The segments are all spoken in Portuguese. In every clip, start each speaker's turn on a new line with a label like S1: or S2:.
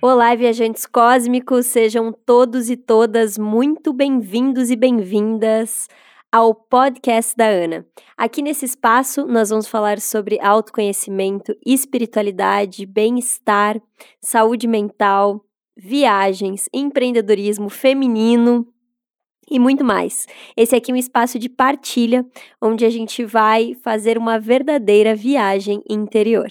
S1: Olá, viajantes cósmicos, sejam todos e todas muito bem-vindos e bem-vindas ao podcast da Ana. Aqui nesse espaço, nós vamos falar sobre autoconhecimento, espiritualidade, bem-estar, saúde mental, viagens, empreendedorismo feminino, e muito mais. Esse aqui é um espaço de partilha, onde a gente vai fazer uma verdadeira viagem interior.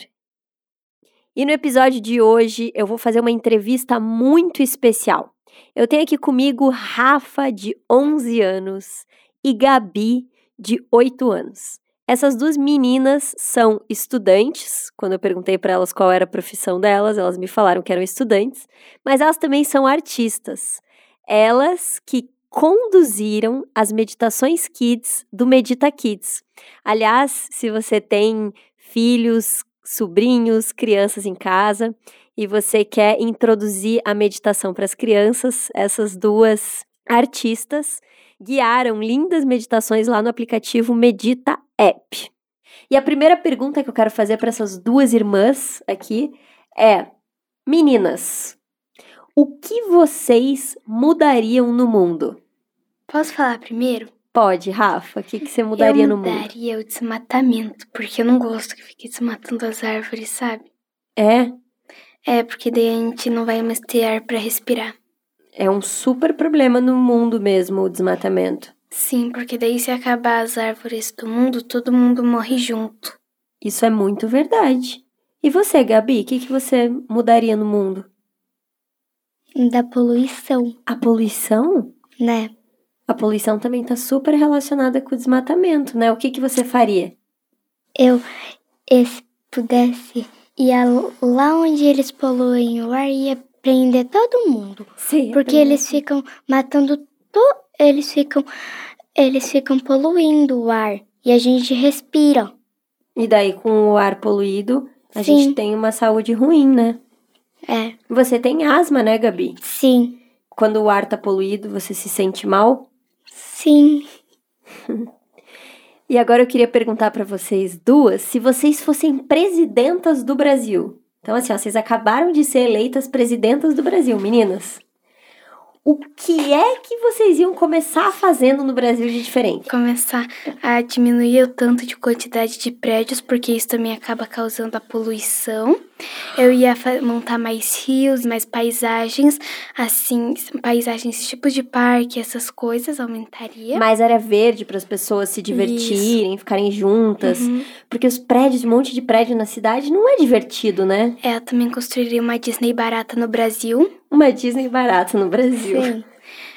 S1: E no episódio de hoje eu vou fazer uma entrevista muito especial. Eu tenho aqui comigo Rafa, de 11 anos, e Gabi, de 8 anos. Essas duas meninas são estudantes. Quando eu perguntei para elas qual era a profissão delas, elas me falaram que eram estudantes, mas elas também são artistas. Elas que conduziram as meditações kids do Medita Kids. Aliás, se você tem filhos, sobrinhos, crianças em casa e você quer introduzir a meditação para as crianças, essas duas artistas guiaram lindas meditações lá no aplicativo Medita App. E a primeira pergunta que eu quero fazer para essas duas irmãs aqui é: meninas, o que vocês mudariam no mundo?
S2: Posso falar primeiro?
S1: Pode, Rafa. O que, que você mudaria
S2: eu
S1: no mundo?
S2: mudaria o desmatamento, porque eu não gosto que fique desmatando as árvores, sabe?
S1: É,
S2: É, porque daí a gente não vai mais ter ar pra respirar.
S1: é um super problema no mundo mesmo o desmatamento.
S2: Sim, porque daí se acabar as árvores do mundo, todo mundo morre junto.
S1: Isso é muito verdade. E você, Gabi, o que, que você mudaria no mundo?
S2: Da poluição,
S1: A poluição?
S2: né?
S1: A poluição também está super relacionada com o desmatamento, né? O que, que você faria?
S2: Eu, se pudesse, ia lá onde eles poluem o ar, ia prender todo mundo.
S1: Sim,
S2: Porque eles ficam matando to... eles ficam eles ficam poluindo o ar e a gente respira.
S1: E daí, com o ar poluído, a
S2: Sim.
S1: gente tem uma saúde ruim, né?
S2: É,
S1: Você tem asma, né, Gabi?
S2: sim,
S1: Quando o ar tá poluído, você se sente mal?
S2: sim.
S1: E agora eu queria perguntar para vocês duas se vocês fossem presidentas do Brasil. Então, assim, ó, vocês acabaram de ser eleitas presidentas do Brasil, meninas. O que é que vocês iam começar fazendo no Brasil de diferente?
S2: Começar a diminuir o tanto de quantidade de prédios, porque isso também acaba causando a poluição. Eu ia fa- montar mais rios, mais paisagens, assim, paisagens tipos de parque, essas coisas aumentaria.
S1: Mais área verde para as pessoas se divertirem, ficarem juntas.
S2: Uhum.
S1: Porque os prédios, um monte de prédio na cidade, não é divertido, né?
S2: É, Eu também construiria uma Disney barata no Brasil.
S1: Uma Disney barata no Brasil.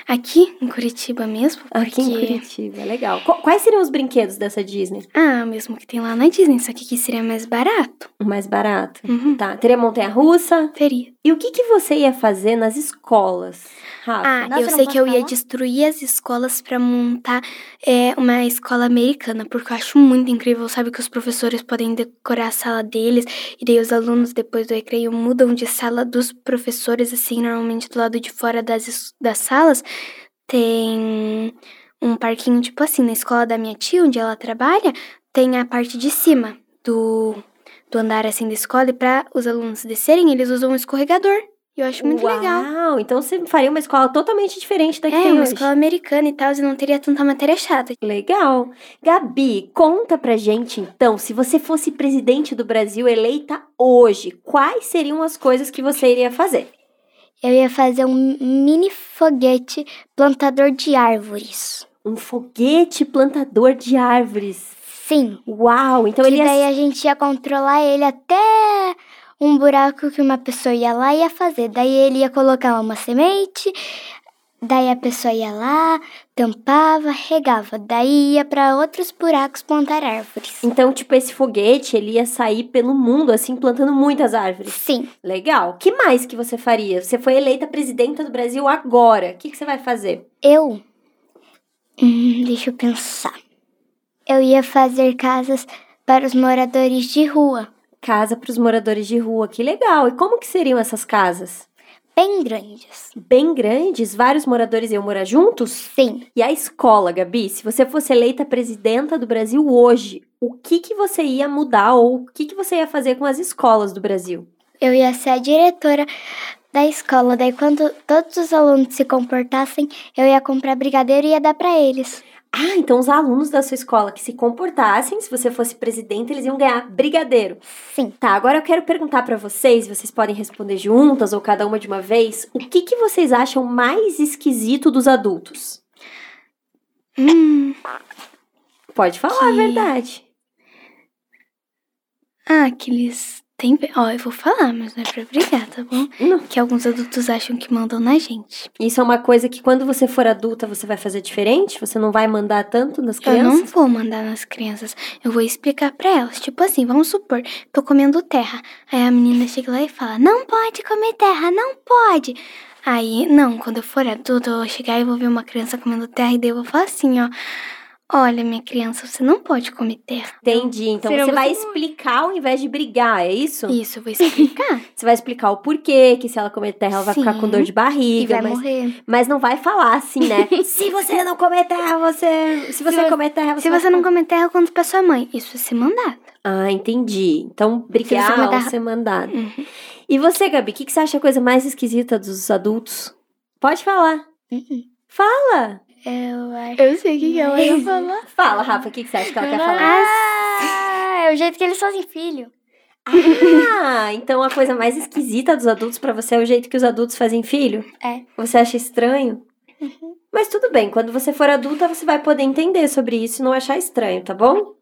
S2: Aqui em Curitiba mesmo.
S1: Aqui em
S2: porque-
S1: Curitiba, legal. Qu- Quais seriam os brinquedos dessa Disney?
S2: Ah, o mesmo que tem lá na Disney, só que aqui seria mais barato.
S1: O mais barato.
S2: Uhum.
S1: Tá, teria montanha-russa?
S2: Teria.
S1: E o que, que você ia fazer nas escolas, Rafa?
S2: Ah, eu sei que eu ia destruir as escolas pra montar é, uma escola americana, porque eu acho muito incrível, sabe? Que os professores podem decorar a sala deles, e daí os alunos, depois do recreio, mudam de sala dos professores, assim, normalmente do lado de fora das, es- das salas. Tem um parquinho, tipo assim, na escola da minha tia, onde ela trabalha, tem a parte de cima do, do andar, assim, da escola, e pra os alunos descerem, eles usam um escorregador. E eu acho muito
S1: Uau,
S2: legal.
S1: então você faria uma escola totalmente diferente da que
S2: É,
S1: tem
S2: uma
S1: hoje.
S2: escola americana e tal, e não teria tanta matéria chata.
S1: Legal. Gabi, conta pra gente então, se você fosse presidente do Brasil eleita hoje, quais seriam as coisas que você iria fazer?
S2: Eu ia fazer um mini foguete plantador de árvores.
S1: Um foguete plantador de árvores.
S2: Sim.
S1: Uau, então
S2: que
S1: ele
S2: daí
S1: ia...
S2: a gente ia controlar ele até um buraco que uma pessoa ia lá e ia fazer. Daí ele ia colocar uma semente, daí a pessoa ia lá, tampava, regava. Daí ia pra outros buracos plantar árvores.
S1: Então, tipo, esse foguete, ele ia sair pelo mundo, assim, plantando muitas árvores.
S2: Sim.
S1: Legal. que mais que você faria? Você foi eleita presidenta do Brasil agora. O que, que você vai fazer?
S3: Eu. Hum, deixa eu pensar. Eu ia fazer casas para os moradores de rua,
S1: Casa para os moradores de rua. Que legal. E como que seriam essas casas?
S3: bem grandes.
S1: Bem grandes? Vários moradores iam morar juntos?
S3: Sim,
S1: E a escola, Gabi? Se você fosse eleita presidenta do Brasil hoje, o que, que você ia mudar ou o que, que você ia fazer com as escolas do Brasil?
S3: eu ia ser a diretora da escola. Daí, quando todos os alunos se comportassem, eu ia comprar brigadeiro e ia dar para eles.
S1: Ah, então os alunos da sua escola que se comportassem, se você fosse presidente, eles iam ganhar brigadeiro.
S3: Sim.
S1: Tá, agora eu quero perguntar pra vocês, vocês podem responder juntas ou cada uma de uma vez, o que, que vocês acham mais esquisito dos adultos?
S2: Hum.
S1: Pode falar a
S2: Que-
S1: verdade.
S2: Ah, que eles têm. ve- Ó, eu vou falar, mas não é pra brigar, tá bom?
S1: Não.
S2: Que alguns adultos acham que mandam na gente.
S1: Isso é uma coisa que quando você for adulta você vai fazer diferente? Você não vai mandar tanto nas
S2: Eu não
S1: crianças?
S2: vou mandar nas crianças. Eu vou explicar pra elas. Tipo assim, vamos supor, tô comendo terra. Aí a menina chega lá e fala: Não pode comer terra, não pode. Aí, não, quando eu for adulta, eu vou chegar e vou ver uma criança comendo terra e daí eu vou falar assim, ó. Olha, minha criança, você não pode comer terra.
S1: Entendi. Então
S3: Será
S1: você vai
S3: você-
S1: explicar ao invés de brigar, é isso?
S2: Isso, eu vou explicar.
S1: Você vai explicar o porquê, que se ela comer terra ela vai ficar com
S2: Sim.
S1: dor de
S3: E
S1: barriga,
S3: vai
S1: mas,
S3: morrer.
S1: mas não vai falar assim, né? se você não comer terra, você. Se você
S2: você-
S1: comer terra, você.
S2: Se
S1: vai
S2: você não
S1: ficar-
S2: comer terra, eu conto pra sua mãe. Isso é ser mandado.
S1: Ah, entendi. Então,
S2: Se
S1: brigar
S2: você
S1: ou
S2: mandar-
S1: ser mandado. E você, Gabi, o que, que você acha a coisa mais esquisita dos adultos? Pode falar. Fala!
S3: Eu acho.
S2: Eu sei o que, ela ia falar.
S1: Fala, Rafa, o que, que você acha que ela quer falar?
S3: Ah, é o jeito que eles fazem filho.
S1: Ah, então a coisa mais esquisita dos adultos pra você é o jeito que os adultos fazem filho?
S3: É.
S1: Você acha estranho? Mas tudo bem, quando você for adulta, você vai poder entender sobre isso e não achar estranho, tá bom?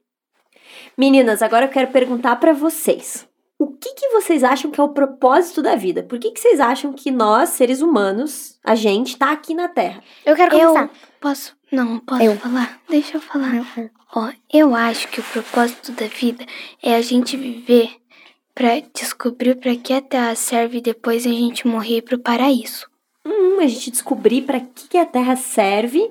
S1: Meninas, agora eu quero perguntar pra vocês. O que, que vocês acham que é o propósito da vida? Por que, que vocês acham que nós, seres humanos, a gente tá aqui na Terra?
S3: Eu quero
S2: Eu-
S3: começar.
S2: Posso? Não, posso
S3: Eu.
S2: falar? Deixa eu falar. Ó, eu acho que o propósito da vida é a gente viver pra descobrir pra que a Terra serve e depois a gente morrer pro paraíso.
S1: Hum, a gente descobrir pra que, que a Terra serve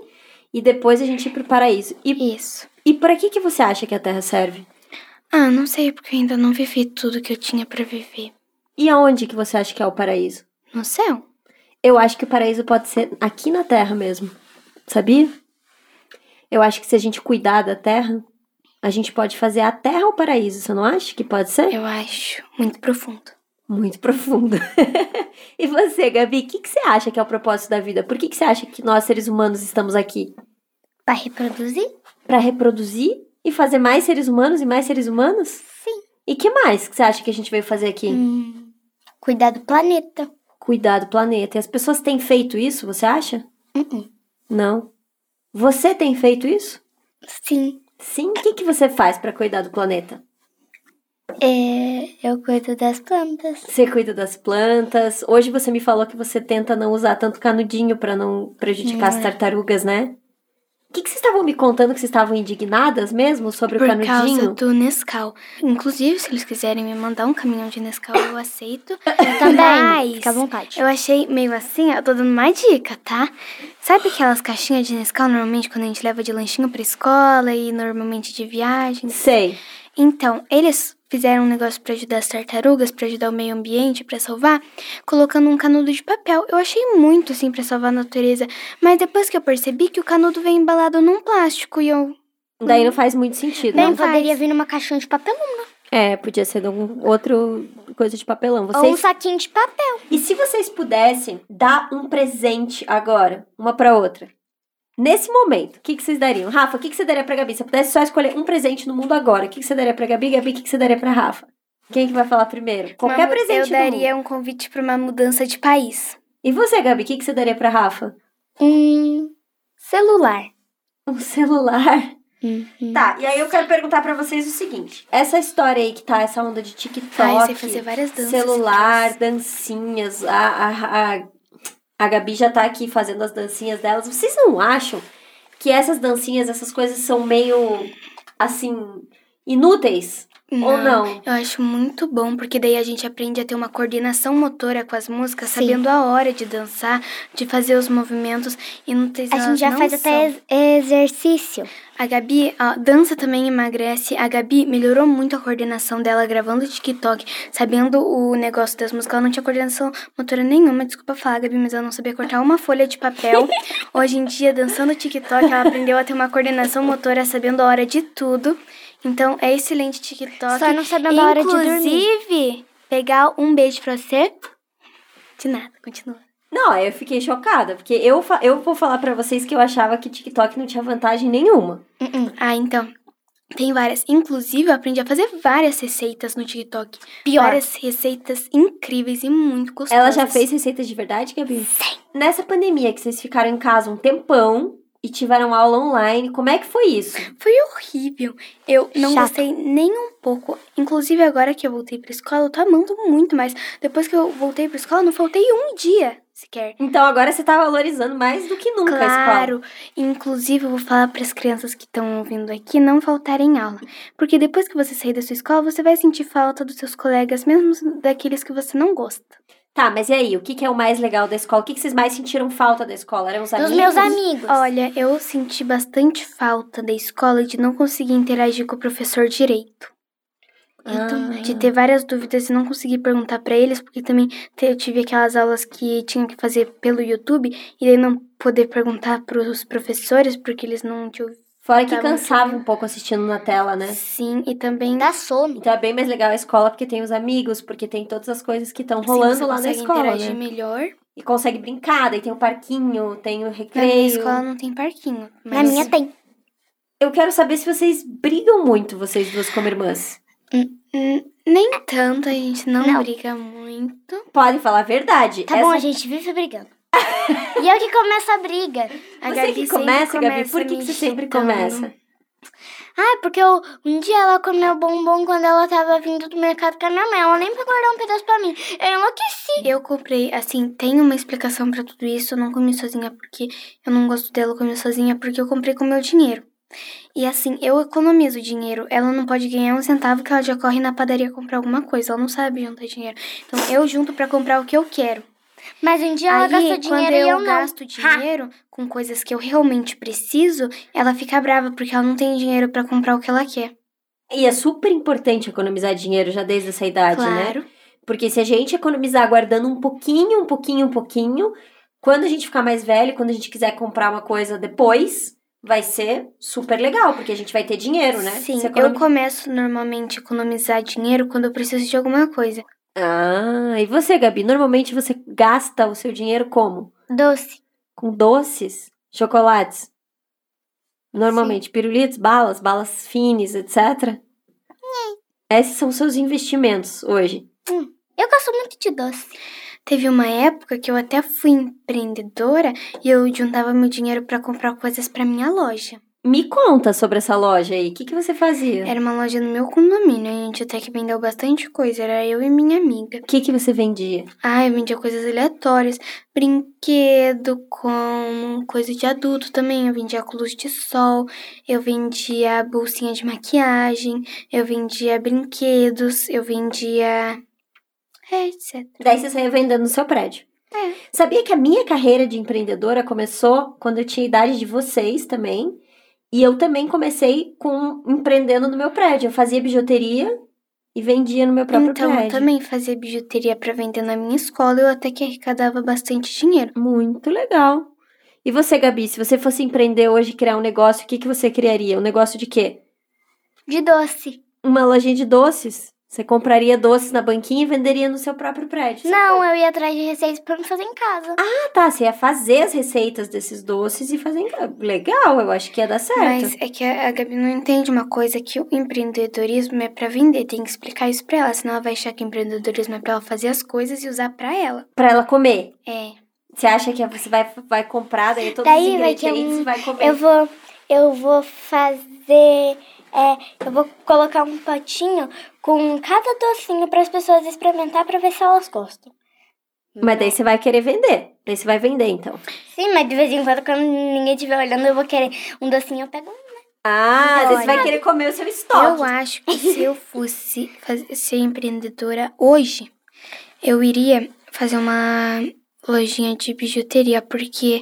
S1: e depois a gente ir pro paraíso. E,
S2: Isso.
S1: e pra que, que você acha que a Terra serve?
S2: Ah, não sei porque eu ainda não vivi tudo que eu tinha pra viver.
S1: E aonde que você acha que é o paraíso?
S2: No céu?
S1: Eu acho que o paraíso pode ser aqui na Terra mesmo. Sabia? Eu acho que se a gente cuidar da Terra, a gente pode fazer a Terra o paraíso, você não acha que pode ser?
S2: Eu acho muito profundo.
S1: Muito profundo. e você, Gabi, o que, que você acha que é o propósito da vida? Por que, que você acha que nós, seres humanos, estamos aqui?
S3: Pra reproduzir?
S1: Pra reproduzir e fazer mais seres humanos e mais seres humanos? Sim. E que mais que você acha que a gente veio fazer aqui?
S3: Hum, cuidar do planeta.
S1: cuidar do planeta. E as pessoas têm feito isso, você acha?
S2: Uhum.
S1: Não. Você tem feito isso?
S3: Sim.
S1: Sim. O que, que você faz pra cuidar do planeta?
S3: É, eu cuido das plantas.
S1: Você cuida das plantas. Hoje você me falou que você tenta não usar tanto canudinho pra não prejudicar
S2: é.
S1: as tartarugas, né? O que, que vocês estavam me contando que vocês estavam indignadas mesmo sobre o
S2: Por causa
S1: canudinho?
S2: do Nescau. Inclusive, se eles quiserem me mandar um caminhão de Nescau, eu aceito.
S3: Também.
S2: Mas-
S3: Fica à vontade.
S2: Eu achei meio assim, eu tô dando uma dica, tá? Sabe aquelas caixinhas de Nescau normalmente quando a gente leva de lanchinho pra escola e normalmente de viagem?
S1: Sei.
S2: Então, eles fizeram um negócio pra ajudar as tartarugas, pra ajudar o meio ambiente, pra salvar, colocando um canudo de papel. Eu achei muito assim pra salvar a natureza, mas depois que eu percebi que o canudo vem embalado num plástico e eu
S1: Daí não faz muito sentido.
S3: Bem,
S1: né?
S3: poderia vir numa caixinha de papel
S1: É, podia ser de algum outro coisa de papelão.
S3: ou um
S1: Vocês
S3: saquinho de papel.
S1: E se vocês pudessem dar um presente agora, uma pra outra? Nesse momento, o que, que vocês dariam? Rafa, o que, que você daria pra Gabi? Se você pudesse só escolher um presente no mundo agora, o que, que você daria pra Gabi? Gabi, o que, que você daria pra Rafa? Quem que vai falar primeiro? Qualquer
S2: Uma mu-
S1: presente
S2: eu
S1: do mundo.
S2: daria um convite pra uma mudança de país.
S1: E você, Gabi, o que, que você daria pra Rafa?
S3: Um celular.
S1: Um celular.
S2: Uhum.
S1: Tá, e aí eu quero perguntar pra vocês o seguinte. Essa história aí que tá, essa onda de TikTok...
S2: Ai, você fazer várias danças.
S1: celular, dancinhas. A, a, a, a Gabi já tá aqui fazendo as dancinhas delas. Vocês não acham que essas dancinhas, essas coisas são meio assim, inúteis? Ou não?
S2: Eu acho muito bom, porque daí a gente aprende a ter uma coordenação motora com as músicas,
S3: Sim.
S2: sabendo a hora de dançar, de fazer os movimentos e não ter
S3: A gente já faz até ex- exercício.
S2: A Gabi, a dança também emagrece. A Gabi melhorou muito a coordenação dela gravando TikTok, sabendo o negócio das músicas. Ela não tinha coordenação motora nenhuma, desculpa falar, Gabi, mas ela não sabia cortar uma folha de papel. Hoje em dia, dançando TikTok, ela aprendeu a ter uma coordenação motora, sabendo a hora de tudo. Então, é excelente TikTok.
S3: Só não sabendo a hora de dormir.
S2: Inclusive, pegar um beijo pra você. fascinada. Continua.
S1: Não, eu fiquei chocada, porque eu, fa- eu vou falar pra vocês que eu achava que TikTok não tinha vantagem nenhuma.
S2: Ah, então. Tem várias. Inclusive, eu aprendi a fazer várias receitas no TikTok.
S3: Pior.
S2: Várias receitas incríveis e muito gostosas.
S1: Ela já fez receitas de verdade, Gabi? Sim. Nessa pandemia que vocês ficaram em casa um tempão e tiveram aula online, como é que foi isso?
S2: Foi horrível. Eu não
S3: Chato.
S2: gostei nem um pouco. Inclusive, agora que eu voltei pra escola, eu tô amando muito, mas depois que eu voltei pra escola, eu não faltei um dia sequer.
S1: Então agora você tá valorizando mais do que nunca a escola.
S2: Claro. Inclusive, eu vou falar pras crianças que estão ouvindo aqui não faltarem aula. Porque depois que você sair da sua escola, você vai sentir falta dos seus colegas, mesmo daqueles que você não gosta.
S1: Tá, mas e aí? O que, que é o mais legal da escola? O que, que vocês mais sentiram falta da escola? Eram os
S3: Dos
S1: amigos?
S3: meus amigos.
S2: Olha, eu senti bastante falta da escola e de não conseguir interagir com o professor direito.
S1: Ah.
S2: De ter várias dúvidas e não conseguir perguntar pra eles, porque também te- eu tive aquelas aulas que tinha que fazer pelo YouTube e daí não poder perguntar pros professores porque eles não te ouviam.
S1: Fora que
S2: Tá
S1: cansava
S2: muito-
S1: um pouco assistindo na tela, né?
S2: Sim, e também
S3: Dá sono.
S1: Então é bem mais legal a escola porque tem os amigos, porque tem todas as coisas que estão
S2: assim,
S1: rolando
S2: você
S1: lá na
S2: consegue
S1: escola,
S2: interagir
S1: né?
S2: melhor.
S1: E consegue brincar, daí tem o parquinho, tem o
S2: Na minha
S1: recreio.
S2: escola não tem parquinho.
S3: Na
S2: mas- é
S3: minha tem.
S1: Eu quero saber se vocês brigam muito, vocês duas como irmãs.
S2: Hum, Nem tanto, a gente não,
S3: Não.
S2: briga muito.
S1: Podem falar a verdade. É
S3: Tá bom, a gente vive brigando. e eu que começo a briga.
S2: A
S1: Você que
S2: Gabi sempre
S1: começa, Gabi. Por que,
S2: me
S1: que você sempre
S2: irritando.
S1: começa?
S3: Ah, porque eu, um dia ela comeu bombom quando ela tava vindo do mercado com a minha mãe. Ela nem guardou um pedaço pra mim. Eu enlouqueci.
S2: Eu comprei, assim, tem uma explicação pra tudo isso. Eu não comi sozinha porque eu não gosto dela comer sozinha, porque eu comprei com meu dinheiro. E assim, eu economizo dinheiro. Ela não pode ganhar um centavo que ela já corre na padaria comprar alguma coisa. Ela não sabe juntar dinheiro. Então eu junto pra comprar o que eu quero.
S3: Mas um dia ela
S2: Aí,
S3: gastou
S2: quando
S3: dinheiro
S2: eu,
S3: e eu não.
S2: gasto dinheiro com coisas que eu realmente preciso, ela fica brava porque ela não tem dinheiro pra comprar o que ela quer.
S1: E é super importante economizar dinheiro já desde essa idade, né?
S2: Claro.
S1: Porque se a gente economizar guardando um pouquinho, um pouquinho, um pouquinho, quando a gente ficar mais velho, quando a gente quiser comprar uma coisa depois, vai ser super legal, porque a gente vai ter dinheiro, né?
S2: Sim,
S1: Você
S2: eu
S1: economi-
S2: começo normalmente a economizar dinheiro quando eu preciso de alguma coisa.
S1: Ah, e você, Gabi? Normalmente você gasta o seu dinheiro como?
S3: Doce.
S1: Com doces, chocolates? Normalmente, pirulitos, balas, balas finas, etc. Esses são seus investimentos hoje.
S3: Eu gosto muito de doce.
S2: Teve uma época que eu até fui empreendedora e eu juntava meu dinheiro pra comprar coisas pra minha loja.
S1: Me conta sobre essa loja aí. O que, que você fazia?
S2: Era uma loja no meu condomínio, a gente até que vendeu bastante coisa, era eu e minha amiga.
S1: O que, que você vendia?
S2: Ah, eu vendia coisas aleatórias, brinquedo, como coisa de adulto também, eu vendia óculos de sol, eu vendia bolsinha de maquiagem, eu vendia brinquedos, eu vendia... É, etc.
S1: Daí você saiu vendendo no seu prédio.
S2: É.
S1: Sabia que a minha carreira de empreendedora começou quando eu tinha a idade de vocês também. E eu também comecei com empreendendo no meu prédio. Eu fazia bijuteria e vendia no meu próprio
S2: então,
S1: prédio.
S2: eu também fazia bijuteria pra vender na minha escola, eu até que arrecadava bastante dinheiro.
S1: Muito legal. E você, Gabi, se você fosse empreender hoje e criar um negócio, o que, que você criaria? Um negócio de quê?
S3: De doce.
S1: Uma lojinha de doces? Você compraria doces na banquinha e venderia no seu próprio prédio.
S3: Não, eu ia atrás de receitas pra me fazer em casa.
S1: Ah, tá. Você ia fazer as receitas desses doces e fazer. em casa. Legal, eu acho que ia dar certo.
S2: Mas é que a a Gabi não entende uma coisa que o empreendedorismo é pra vender, tem que explicar isso pra ela, senão ela vai achar que empreendedorismo é pra ela fazer as coisas e usar pra ela.
S1: Pra ela comer.
S2: É.
S1: Você acha que você vai, vai comprar daí todos os
S3: Daí vai ter
S1: ingredientes
S3: um-
S1: e vai comer?
S3: Eu vou. Eu vou fazer. É, eu vou colocar um potinho com cada docinho para as pessoas experimentar para ver se elas gostam.
S1: Mas daí você vai querer vender. Daí você vai vender, então.
S3: Sim, mas de vez em quando, quando ninguém estiver olhando, eu vou querer um docinho, eu pego um.
S1: Ah, daí você
S3: Olha.
S1: vai querer comer o seu estoque.
S2: Eu acho que se eu fosse faz- ser empreendedora hoje, eu iria fazer uma lojinha de bijuteria, porque.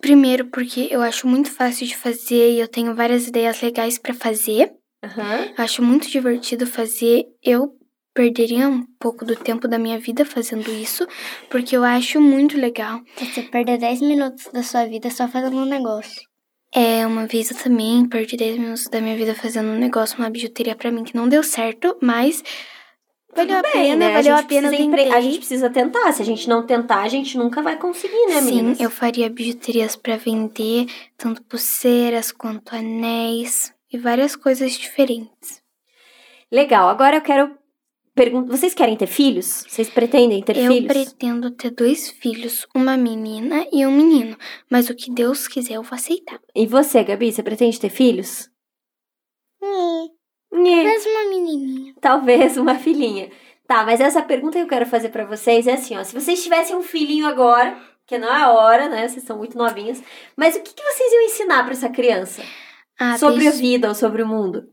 S2: Primeiro, porque eu acho muito fácil de fazer e eu tenho várias ideias legais pra fazer.
S1: Aham.
S2: Eu acho muito divertido fazer. Eu perderia um pouco do tempo da minha vida fazendo isso, porque eu acho muito legal.
S3: Você perder 10 minutos da sua vida só fazendo um negócio.
S2: É, uma vez eu também perdi 10 minutos da minha vida fazendo um negócio, uma bijuteria pra mim que não deu certo, mas Valeu a
S1: Bem,
S2: pena,
S1: né?
S2: valeu a,
S1: gente
S2: pena.
S1: precisa
S2: eu
S1: empre- A
S2: tentei.
S1: gente precisa tentar. Se a gente não tentar, a gente nunca vai conseguir, né, meninas?
S2: Sim, eu faria bijuterias pra vender, tanto pulseiras quanto anéis e várias coisas diferentes.
S1: Legal. Agora eu quero perguntar. Vocês querem ter filhos? Vocês pretendem ter
S2: eu
S1: filhos?
S2: pretendo ter dois filhos, uma menina e um menino, mas o que Deus quiser eu vou aceitar.
S1: E você, Gabi, você pretende ter filhos?
S3: Hum,
S1: Nhê.
S3: mais uma menininha.
S1: Talvez uma filhinha. Tá, mas essa pergunta que eu quero fazer pra vocês é assim, ó. Se vocês tivessem um filhinho agora, que não é a hora, né? Vocês são muito novinhos. Mas o que, que vocês iam ensinar pra essa criança?
S2: Ah,
S1: sobre
S2: desde,
S1: a vida ou sobre o mundo?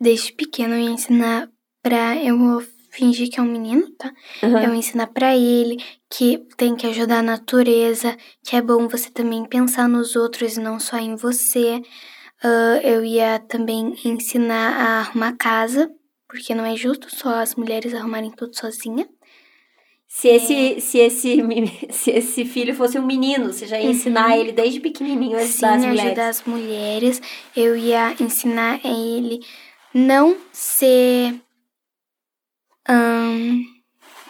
S2: desde pequeno eu ia ensinar pra. Eu vou fingir que é um menino, tá?
S1: Aham.
S2: Eu ensinar pra ele que tem que ajudar a natureza, que é bom você também pensar nos outros e não só em você. Ah, eu ia também ensinar a arrumar casa, porque não é justo só as mulheres arrumarem tudo sozinha.
S1: Se, esse, se, esse, me- se esse filho fosse um menino, você já ia ensinar ele desde pequenininho a
S2: Sim,
S1: ajudar as mulheres.
S2: ajudar as mulheres. Eu ia ensinar a ele não ser. ahn,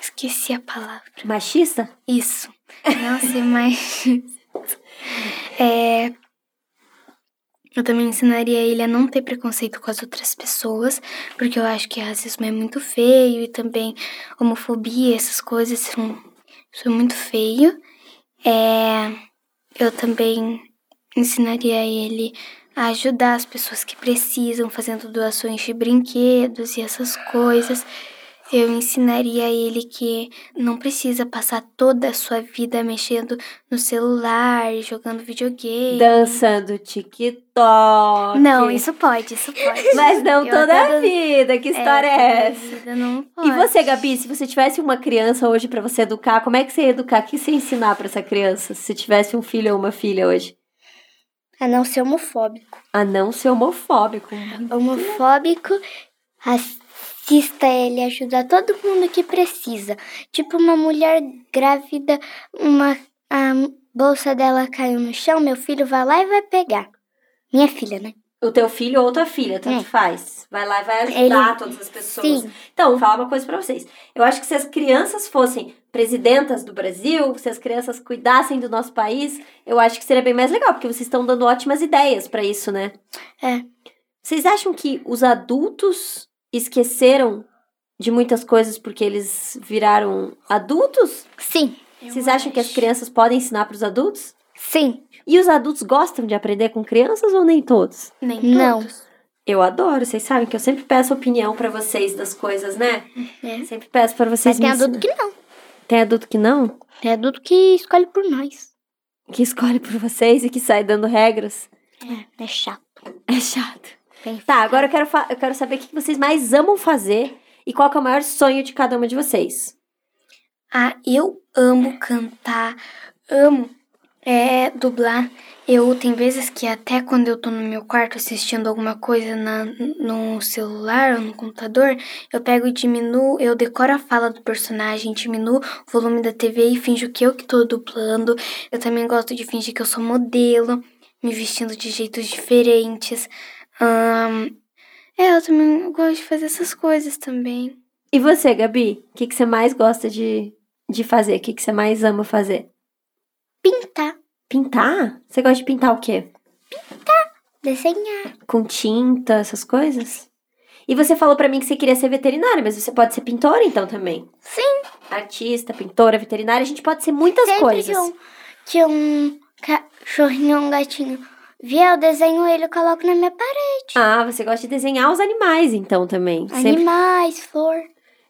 S2: esqueci a palavra.
S1: Machista?
S2: Isso. Não ser mais. É, Eu também ensinaria ele a não ter preconceito com as outras pessoas, porque eu acho que racismo é muito feio e também homofobia, essas coisas são, são muito feio. É, Eu também ensinaria ele a ajudar as pessoas que precisam, fazendo doações de brinquedos e essas coisas. Eu ensinaria ele que não precisa passar toda a sua vida mexendo no celular, jogando videogame.
S1: Dançando TikTok.
S2: Não, isso pode, isso pode.
S1: Mas não
S2: Eu
S1: toda
S2: até
S1: a vida. Que
S2: É,
S1: história é,
S2: toda
S1: essa?
S2: vida não pode.
S1: E você, Gabi, se você tivesse uma criança hoje pra você educar, como é que você ia educar? O que você ia ensinar pra essa criança? Se tivesse um filho ou uma filha hoje?
S3: A não ser homofóbico.
S1: A não ser homofóbico.
S3: Homofóbico, racista, ele ajuda todo mundo que precisa. Tipo uma mulher grávida, uma a bolsa dela caiu no chão, meu filho vai lá e vai pegar. Minha filha, né?
S1: O teu filho ou tua filha, tanto
S3: É.
S1: faz. Vai lá e vai ajudar
S3: Ele-
S1: todas as pessoas.
S3: Sim.
S1: Então, vou falar uma coisa pra vocês. Eu acho que se as crianças fossem presidentas do Brasil, se as crianças cuidassem do nosso país, eu acho que seria bem mais legal, porque vocês estão dando ótimas ideias pra isso, né?
S3: É.
S1: Vocês acham que os adultos esqueceram de muitas coisas porque eles viraram adultos?
S3: Sim.
S1: Vocês acham que as crianças podem ensinar pros adultos?
S3: Sim.
S1: E os adultos gostam de aprender com crianças ou nem todos?
S2: Nem
S3: Não.
S2: todos.
S1: Eu adoro, vocês sabem que eu sempre peço opinião pra vocês das coisas, né?
S3: É.
S1: Sempre peço pra vocês
S3: Mas tem
S1: me
S3: adulto
S1: ensinar.
S3: que não.
S1: Tem adulto que não?
S3: Tem adulto que escolhe por nós.
S1: Que escolhe por vocês e que sai dando regras?
S3: É chato.
S1: É chato.
S3: Tem-
S1: Tá, agora eu quero, fa- eu quero saber o que vocês mais amam fazer e qual que é o maior sonho de cada uma de vocês.
S2: Ah, eu amo cantar, amo é, dublar. Eu tem vezes que até quando eu tô no meu quarto assistindo alguma coisa na, no celular ou no computador, eu pego e diminuo, eu decoro a fala do personagem, diminuo o volume da TV e finjo que eu que tô dublando. Eu também gosto de fingir que eu sou modelo, me vestindo de jeitos diferentes. Ahn, é, eu também gosto de fazer essas coisas também.
S1: E você, Gabi? O que, que você mais gosta de, de fazer? O que, que você mais ama fazer?
S3: Pintar,
S1: Pintar? Você gosta de pintar o quê?
S3: desenhar.
S1: Com tinta, essas coisas? E você falou pra mim que você queria ser veterinária, mas você pode ser pintora então também?
S3: Sim.
S1: Artista, pintora, veterinária, a gente pode ser muitas
S3: Sempre
S1: coisas.
S3: que um, que um cachorrinho ou um gatinho vier, eu desenho ele e coloco na minha parede.
S1: Ah, você gosta de desenhar os animais então também. Sempre...
S3: Animais, flor.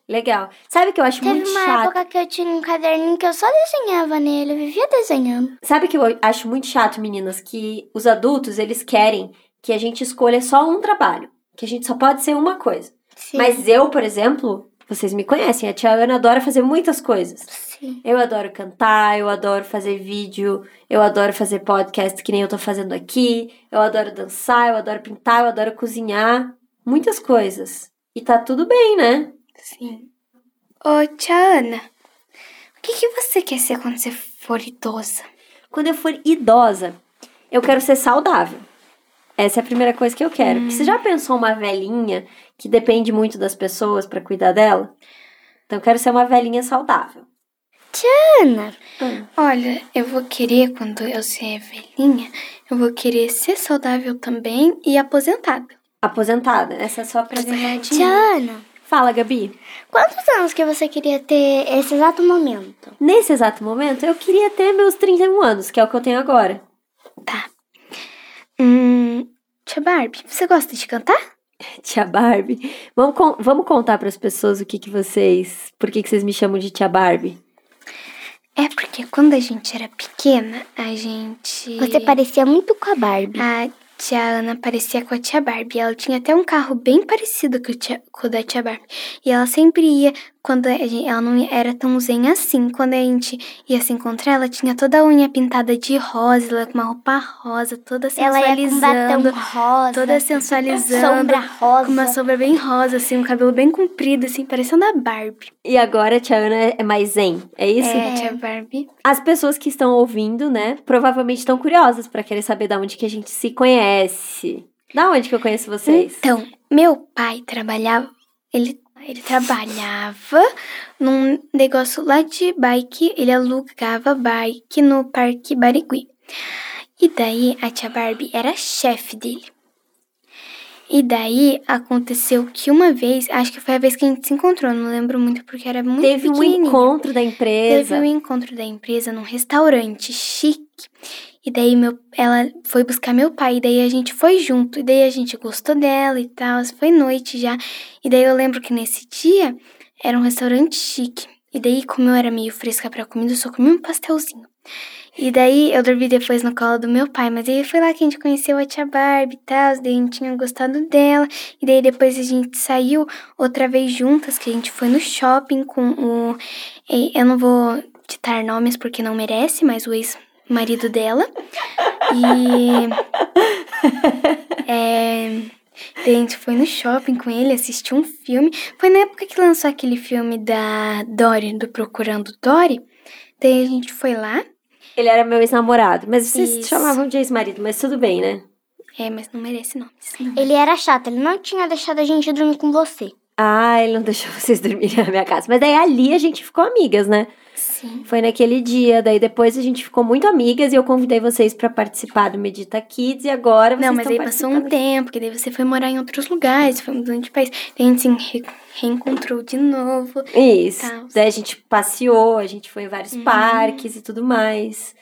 S1: Legal. Sabe que eu acho
S3: Teve
S1: muito
S3: uma
S1: chato?
S3: época que eu tinha um caderninho que eu só desenhava nele, eu vivia desenhando.
S1: Sabe que eu acho muito chato, meninas, que os adultos, eles querem que a gente escolha só um trabalho, que a gente só pode ser uma coisa.
S3: Sim.
S1: Mas eu, por exemplo, vocês me conhecem, a tia Ana adora fazer muitas coisas.
S3: Sim.
S1: Eu adoro cantar, eu adoro fazer vídeo, eu adoro fazer podcast que nem eu tô fazendo aqui, eu adoro dançar, eu adoro pintar, eu adoro cozinhar, muitas coisas. E tá tudo bem, né?
S2: Sim. Ô, tia Ana, o que, que você quer ser quando você for idosa?
S1: Quando eu for idosa, eu quero ser saudável. Essa é a primeira coisa
S3: Hum.
S1: que eu quero. Porque Você já pensou uma velhinha que depende muito das pessoas pra cuidar dela? Então eu quero ser uma velhinha saudável.
S3: Ana,
S2: Olha, eu vou querer, quando eu ser velhinha, eu vou querer ser saudável também e aposentada.
S1: Aposentada. Essa é só pra ganhar dinheiro.
S3: Tiana,
S1: Fala, Gabi.
S3: quantos anos que você queria ter esse exato momento?
S1: Nesse exato momento, eu queria ter meus 31 anos, que é o que eu tenho agora.
S2: Hum. Tia Barbie, você gosta de cantar?
S1: Tia Barbie. Vamos, con- vamos contar pras pessoas o que que vocês... Por que que vocês me chamam de tia Barbie?
S2: É porque quando a gente era pequena, a gente.
S3: Você parecia muito com a Barbie.
S2: A tia Ana parecia com a tia Barbie. Ela tinha até um carro bem parecido com, o tia- com o da tia Barbie. E ela sempre ia, quando a gente, ela não era tão zen assim. Quando a gente ia se encontrar, ela tinha toda a unha pintada de rosa, ela com uma roupa rosa, toda
S3: Ela ia com um
S2: sensualizando.
S3: batom rosa,
S2: toda sensualizando.
S3: sombra rosa.
S2: Com uma sombra bem rosa, assim, um cabelo bem comprido, assim, parecendo a Barbie.
S1: E agora a tia Ana é mais zen, é isso?
S2: É, tia Barbie.
S1: As pessoas que estão ouvindo, né, provavelmente estão curiosas pra querer saber da onde que a gente se conhece. Da onde que eu conheço vocês?
S2: Então, meu pai trabalhava. Ele, ele trabalhava num negócio lá de bike. Ele alugava bike no Parque Barigui. E daí a tia Barbie era chefe dele. E daí aconteceu que uma vez, acho que foi a vez que a gente se encontrou, não lembro muito porque era muito
S1: Teve um
S2: pequenininha.
S1: encontro da
S2: Teve
S1: empresa.
S2: um encontro da empresa num restaurante chique. E daí meu, ela foi buscar meu pai. E daí a gente foi junto. E daí a gente gostou dela e tal. Foi noite já. E daí eu lembro que nesse dia era um restaurante chique. E daí, como eu era meio fresca pra comida, eu só comi um pastelzinho. E daí eu dormi depois no colo do meu pai, mas aí foi lá que a gente conheceu a tia Barbie e tal, daí a gente tinha gostado dela. E daí depois a gente saiu outra vez juntas, que a gente foi no shopping com o. e- Eu não vou citar nomes porque não merece, mas o ex-marido dela. E. É. daí a gente foi no shopping com ele, assistiu um filme. Foi na época que lançou aquele filme da Dory, do Procurando Dory. Daí a gente foi lá.
S1: Ele era meu ex-namorado, mas vocês se
S2: Isso.
S1: chamavam de ex-marido, mas tudo bem, né?
S2: É, mas não merece nomes.
S3: Ele era chato, ele não tinha deixado a gente dormir com você.
S1: Ah, ele não deixou vocês dormirem na minha casa. Mas daí ali a gente ficou amigas, né?
S2: Sim.
S1: Foi naquele dia, daí depois a gente ficou muito amigas e eu convidei vocês pra participar do Medita Kids e agora vocês
S2: Não, mas
S1: estão
S2: aí passou um
S1: participando.
S2: tempo, que daí você foi morar em outros lugares, foi mudando de país. Daí a gente se re- reencontrou de novo.
S1: Isso.
S2: Tá.
S1: Daí a gente passeou, a gente foi em vários
S2: Uhum.
S1: parques e tudo mais.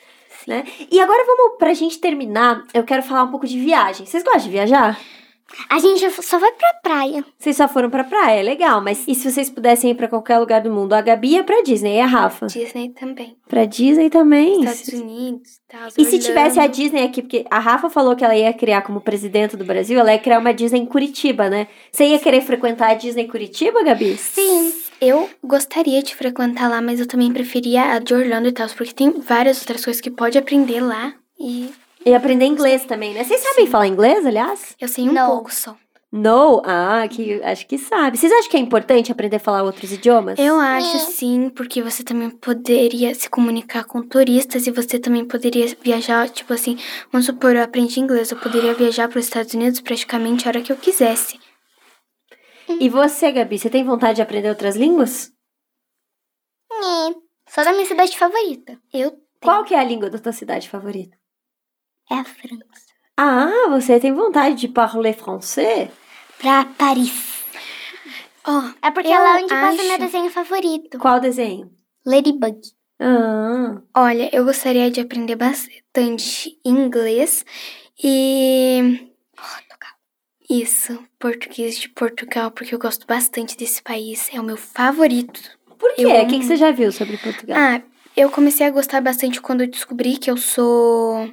S1: Né? E agora vamos, pra gente terminar, eu quero falar um pouco de viagem. Vocês gostam de viajar?
S3: A gente só vai pra praia.
S1: Vocês só foram pra praia, é legal, mas e se vocês pudessem ir pra qualquer lugar do mundo? A Gabi ia pra Disney, e a Rafa?
S2: Disney também.
S1: Pra Disney também?
S2: Estados Unidos e tal.
S1: E se tivesse a
S2: Orlando.
S1: Disney aqui, porque a Rafa falou que ela ia criar como presidenta do Brasil, ela ia criar uma Disney em Curitiba, né? Você ia querer frequentar a Disney em Curitiba, Gabi?
S2: Sim, eu gostaria de frequentar lá, mas eu também preferia a de Orlando e tal, porque tem várias outras coisas que pode aprender lá. E
S1: E aprender inglês também, né? Vocês sabem falar inglês, aliás?
S2: eu sei um
S3: Não.
S2: pouco só.
S1: No? Ah, que, acho que sabe. Vocês acham que é importante aprender a falar outros idiomas?
S2: Eu acho
S3: É.
S2: sim, porque você também poderia se comunicar com turistas e você também poderia viajar, tipo assim, vamos supor, eu aprendi inglês, eu poderia viajar para os Estados Unidos praticamente a hora que eu quisesse.
S1: E você, Gabi, você tem vontade de aprender outras línguas?
S3: É, só da minha cidade favorita.
S2: Eu
S1: Qual que é a língua da tua cidade favorita?
S3: É a França.
S1: Ah, você tem vontade de parler français?
S3: Pra Paris.
S2: Ó,
S3: É porque
S2: Eu
S3: é lá onde passa
S2: acho-
S3: meu desenho favorito.
S1: Qual desenho?
S3: Ladybug.
S1: Ah,
S2: olha, eu gostaria de aprender bastante inglês e isso, português de Portugal, porque eu gosto bastante desse país, é o meu favorito.
S1: por quê?
S2: Eu
S1: O
S2: amo
S1: que, que você já viu sobre Portugal?
S2: Ah, eu comecei a gostar bastante quando eu descobri que eu sou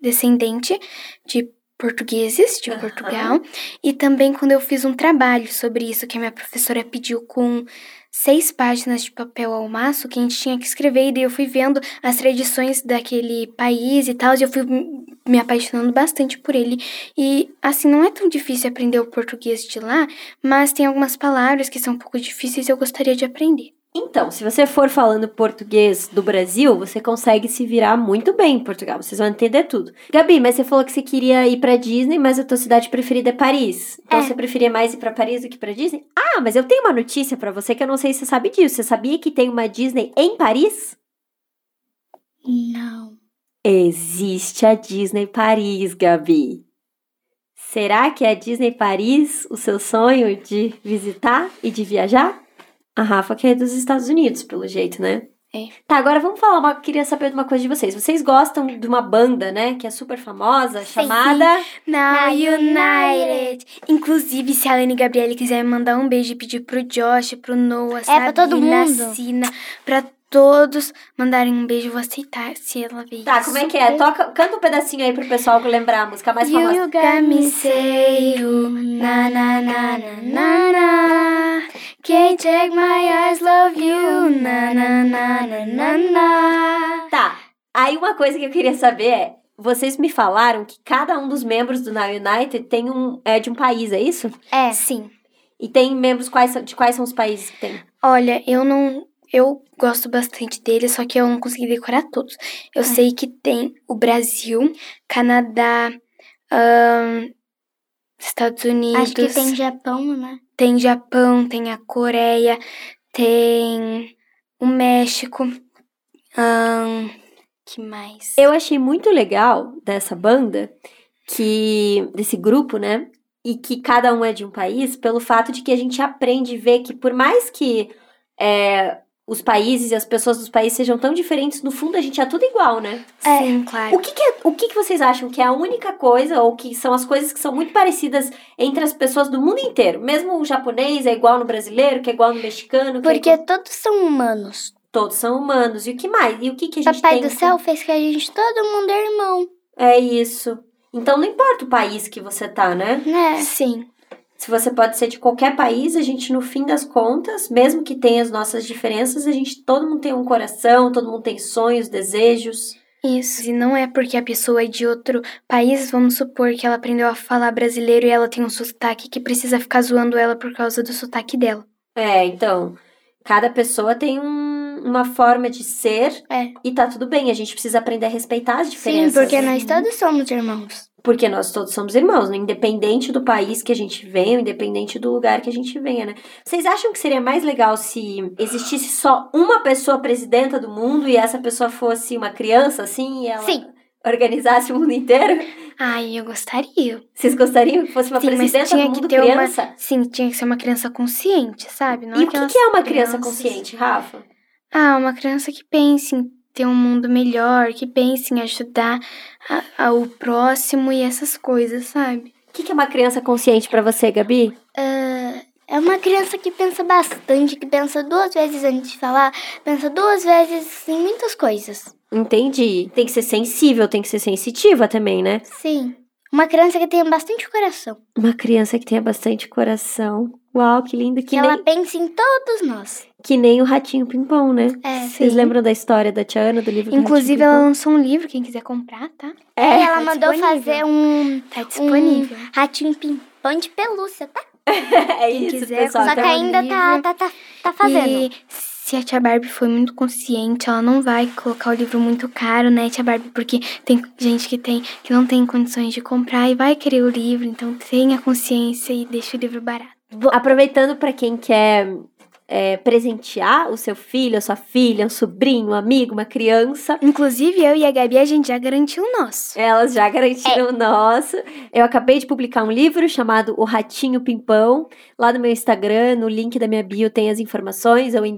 S2: descendente de portugueses de
S1: Aham.
S2: Portugal. E também quando eu fiz um trabalho sobre isso, que a minha professora pediu com seis páginas de papel ao maço que a gente tinha que escrever. E daí eu fui vendo as tradições daquele país e tal. E eu fui m- me apaixonando bastante por ele. E assim, não é tão difícil aprender o português de lá, mas tem algumas palavras que são um pouco difíceis e eu gostaria de aprender.
S1: Então, se você for falando português do Brasil, você consegue se virar muito bem em Portugal. Vocês vão entender tudo. Gabi, mas você falou que você queria ir pra Disney, mas a tua cidade preferida é Paris. Então
S3: É.
S1: você preferia mais ir pra Paris do que pra Disney? Ah, mas eu tenho uma notícia pra você que eu não sei se você sabe disso. Você sabia que tem uma Disney em Paris?
S3: Não.
S1: Existe a Disney Paris, Gabi. Será que é a Disney Paris o seu sonho de visitar e de viajar? A Rafa que é dos Estados Unidos, pelo jeito, né?
S2: É.
S1: Tá, agora vamos falar, uma, queria saber de uma coisa de vocês. Vocês gostam de uma banda, né, que é super famosa, chamada...
S2: Na
S3: Na
S2: United. Inclusive, se a Ana e a Gabriele quiserem mandar um beijo e pedir pro Josh, pro Noah,
S1: É
S2: Sabina,
S3: pra todo mundo.
S2: Sina, pra todos mandarem um beijo, eu vou aceitar se ela ver
S1: Tá,
S2: isso.
S1: como é que é? Toca, canta um pedacinho aí pro pessoal lembrar a música mais famosa.
S3: You got me say you,
S2: Na, na, na, na, na, na. Can't take my eyes, love you. Na, na, na, na, na, na.
S1: Tá, aí uma coisa que eu queria saber é, vocês me falaram que cada um dos membros do Now United tem um, é de um país, é isso?
S3: É.
S2: Sim.
S1: E tem membros quais, são- de quais são os países que tem?
S2: Olha, eu não. Eu gosto bastante dele, só que eu não consegui decorar todos.
S1: É.
S2: Eu sei que tem o Brasil, Canadá, ahn, Estados Unidos,
S3: Acho que tem Japão, né?
S2: tem Japão, tem a Coreia, tem o México. ahn, que mais?
S1: Eu achei muito legal dessa banda, que desse grupo, né? E que cada um é de um país, pelo fato de que a gente aprende a ver que, por mais que é, os países e as pessoas dos países sejam tão diferentes, no fundo a gente é tudo igual, né?
S2: Sim,
S1: O
S2: claro.
S1: que, que é- o que, que vocês acham que é a única coisa, ou que são as coisas que são muito parecidas entre as pessoas do mundo inteiro? Mesmo o japonês é igual no brasileiro, que é igual no mexicano, que é
S3: Porque
S1: igual-
S3: todos são humanos.
S1: todos são humanos. E o que mais? E o que, que a gente
S3: Papai
S1: tem
S3: do
S1: em
S3: céu fez que a gente, todo mundo é irmão,
S1: É isso. Então não importa o país que você tá, né?
S3: né?
S2: Sim.
S1: Se você pode ser de qualquer país, a gente no fim das contas, mesmo que tenha as nossas diferenças, a gente todo mundo tem um coração, todo mundo tem sonhos, desejos.
S2: Isso. E não é porque a pessoa é de outro país, vamos supor que ela aprendeu a falar brasileiro e ela tem um sotaque que precisa ficar zoando ela por causa do sotaque dela.
S1: É, então, cada pessoa tem um- uma forma de ser
S3: É.
S1: e tá tudo bem, a gente precisa aprender a respeitar as
S3: Sim,
S1: diferenças. né?
S3: porque nós todos somos irmãos.
S1: Porque nós todos somos irmãos, né? independente do país que a gente venha, independente do lugar que a gente venha, né? Vocês acham que seria mais legal se existisse só uma pessoa presidenta do mundo e essa pessoa fosse uma criança, assim, e ela
S3: Sim.
S1: organizasse o mundo inteiro?
S2: Ai, eu gostaria.
S1: Vocês gostariam que fosse uma
S2: Sim, mas
S1: presidenta do
S2: tinha que
S1: mundo
S2: ter uma-
S1: criança?
S2: Sim, tinha que ser uma criança consciente, sabe? Não
S1: E o que,
S2: aquelas
S1: que é uma criança
S2: crianças-
S1: consciente, Rafa?
S2: Ah, uma criança que pense em ter um mundo melhor, que pense em ajudar a- a- o próximo e essas coisas, sabe?
S1: O que, que é uma criança consciente pra você, Gabi?
S3: É uma criança que pensa bastante, que pensa duas vezes antes de falar, pensa duas vezes em muitas coisas.
S1: Entendi. Tem que ser sensível, tem que ser sensitiva também, né?
S3: Sim. Uma criança que tem bastante coração.
S1: Uma criança que tenha bastante coração. Uau, que lindo.
S3: Que
S1: Que,
S3: ela
S1: nem,
S3: pensa em todos nós.
S1: que nem o Ratinho Pimpão, né?
S3: É.
S1: Vocês lembram da história da Tia Ana, do livro do
S2: Inclusive,
S1: Ratinho
S2: ela lançou um livro, quem quiser comprar, tá?
S1: Pimpão? É.
S3: E ela mandou
S2: disponível.
S3: fazer um
S2: Tá disponível.
S3: ratinho pimpão de pelúcia, tá?
S1: É
S2: Quem
S1: isso,
S2: quiser,
S1: pessoal.
S3: Só que
S1: Então,
S2: um
S3: ainda tá,
S2: livro.
S3: tá, tá, tá fazendo.
S2: E se a tia Barbie foi muito consciente, ela não vai colocar o livro muito caro, né, tia Barbie? Porque tem gente que tem que não tem condições de comprar e vai querer o livro, então tenha consciência e deixa o livro barato.
S1: vou- aproveitando pra quem quer é, presentear o seu filho, a sua filha, um sobrinho, um amigo, uma criança,
S2: Inclusive, eu e a Gabi, a gente já garantiu o nosso.
S1: Elas já
S2: É.
S1: garantiram o nosso. Eu acabei de publicar um livro chamado O Ratinho Pimpão. Lá no meu Instagram, no link da minha bio, tem as informações. Ou em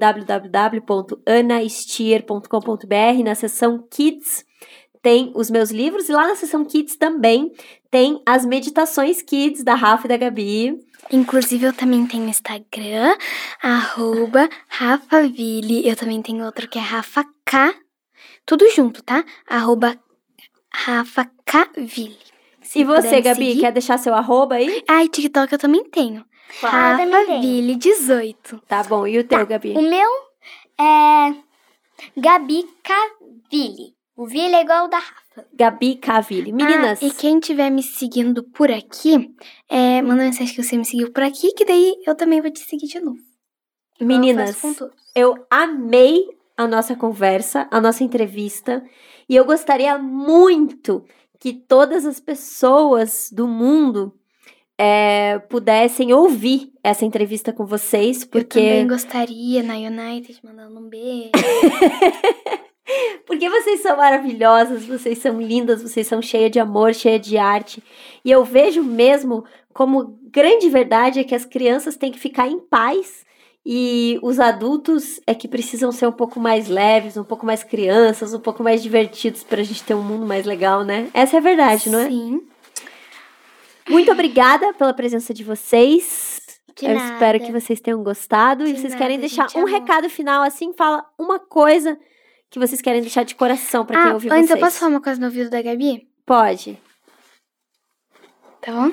S1: www.anastier.com.br, na seção Kids, tem os meus livros. E lá na seção Kids também tem as meditações Kids da Rafa e da Gabi.
S2: Inclusive, eu também tenho Instagram, arroba RafaVille. Eu também tenho outro que é Rafa K. Tudo junto, tá? Arroba Rafa K Ville.
S1: e você,
S2: puder me
S1: Gabi,
S2: seguir.
S1: quer deixar seu arroba aí?
S2: Ah, e TikTok eu também tenho.
S3: Ah, eu também tenho.
S2: Ville 18.
S1: Tá bom. E o teu, Gabi?
S3: O meu é Gabi Cavili. O Vili é igual o da Rafa.
S1: Gabi Cavilli. Meninas.
S2: Ah, e quem tiver me seguindo por aqui, é, manda mensagem que você me seguiu por aqui, que daí eu também vou te seguir de novo.
S1: Meninas,
S2: Eu faço com todos.
S1: Eu amei a nossa conversa, a nossa entrevista, e eu gostaria muito que todas as pessoas do mundo eh, pudessem ouvir essa entrevista com vocês,
S2: Eu também
S1: porque
S2: gostaria na United, mandando um beijo.
S1: porque vocês são maravilhosas, vocês são lindas, vocês são cheias de amor, cheias de arte, e eu vejo mesmo como grande verdade é que as crianças têm que ficar em paz E os adultos é que precisam ser um pouco mais leves, um pouco mais crianças, um pouco mais divertidos pra gente ter um mundo mais legal, né? Essa é a verdade, não é?
S2: Sim.
S1: Muito obrigada pela presença de vocês.
S3: De
S1: Eu
S3: nada.
S1: espero que vocês tenham gostado. e
S2: De
S1: vocês
S2: nada,
S1: querem deixar
S2: gente,
S1: um
S2: amor.
S1: recado final assim, fala uma coisa que vocês querem deixar de coração pra quem
S2: ah,
S1: ouviu
S2: antes
S1: vocês.
S2: eu posso falar uma coisa no ouvido da Gabi?
S1: Pode.
S2: Tá bom?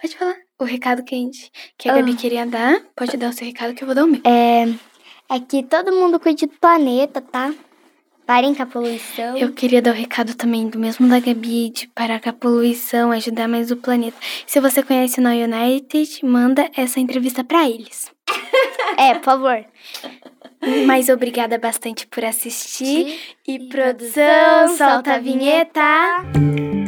S2: Pode falar o recado que a, gente, que a
S1: Ah.
S2: Gabi queria dar. Pode dar o seu recado que eu vou dar o meu.
S3: É que todo mundo cuide do planeta, tá? Parem com a poluição.
S2: Eu queria dar o recado também do mesmo da Gabi de parar com a poluição, ajudar mais o planeta. Se você conhece o Now United, manda essa entrevista pra eles.
S3: É, por favor.
S2: Mas obrigada bastante por assistir. E,
S3: produção,
S2: produção, solta a vinheta.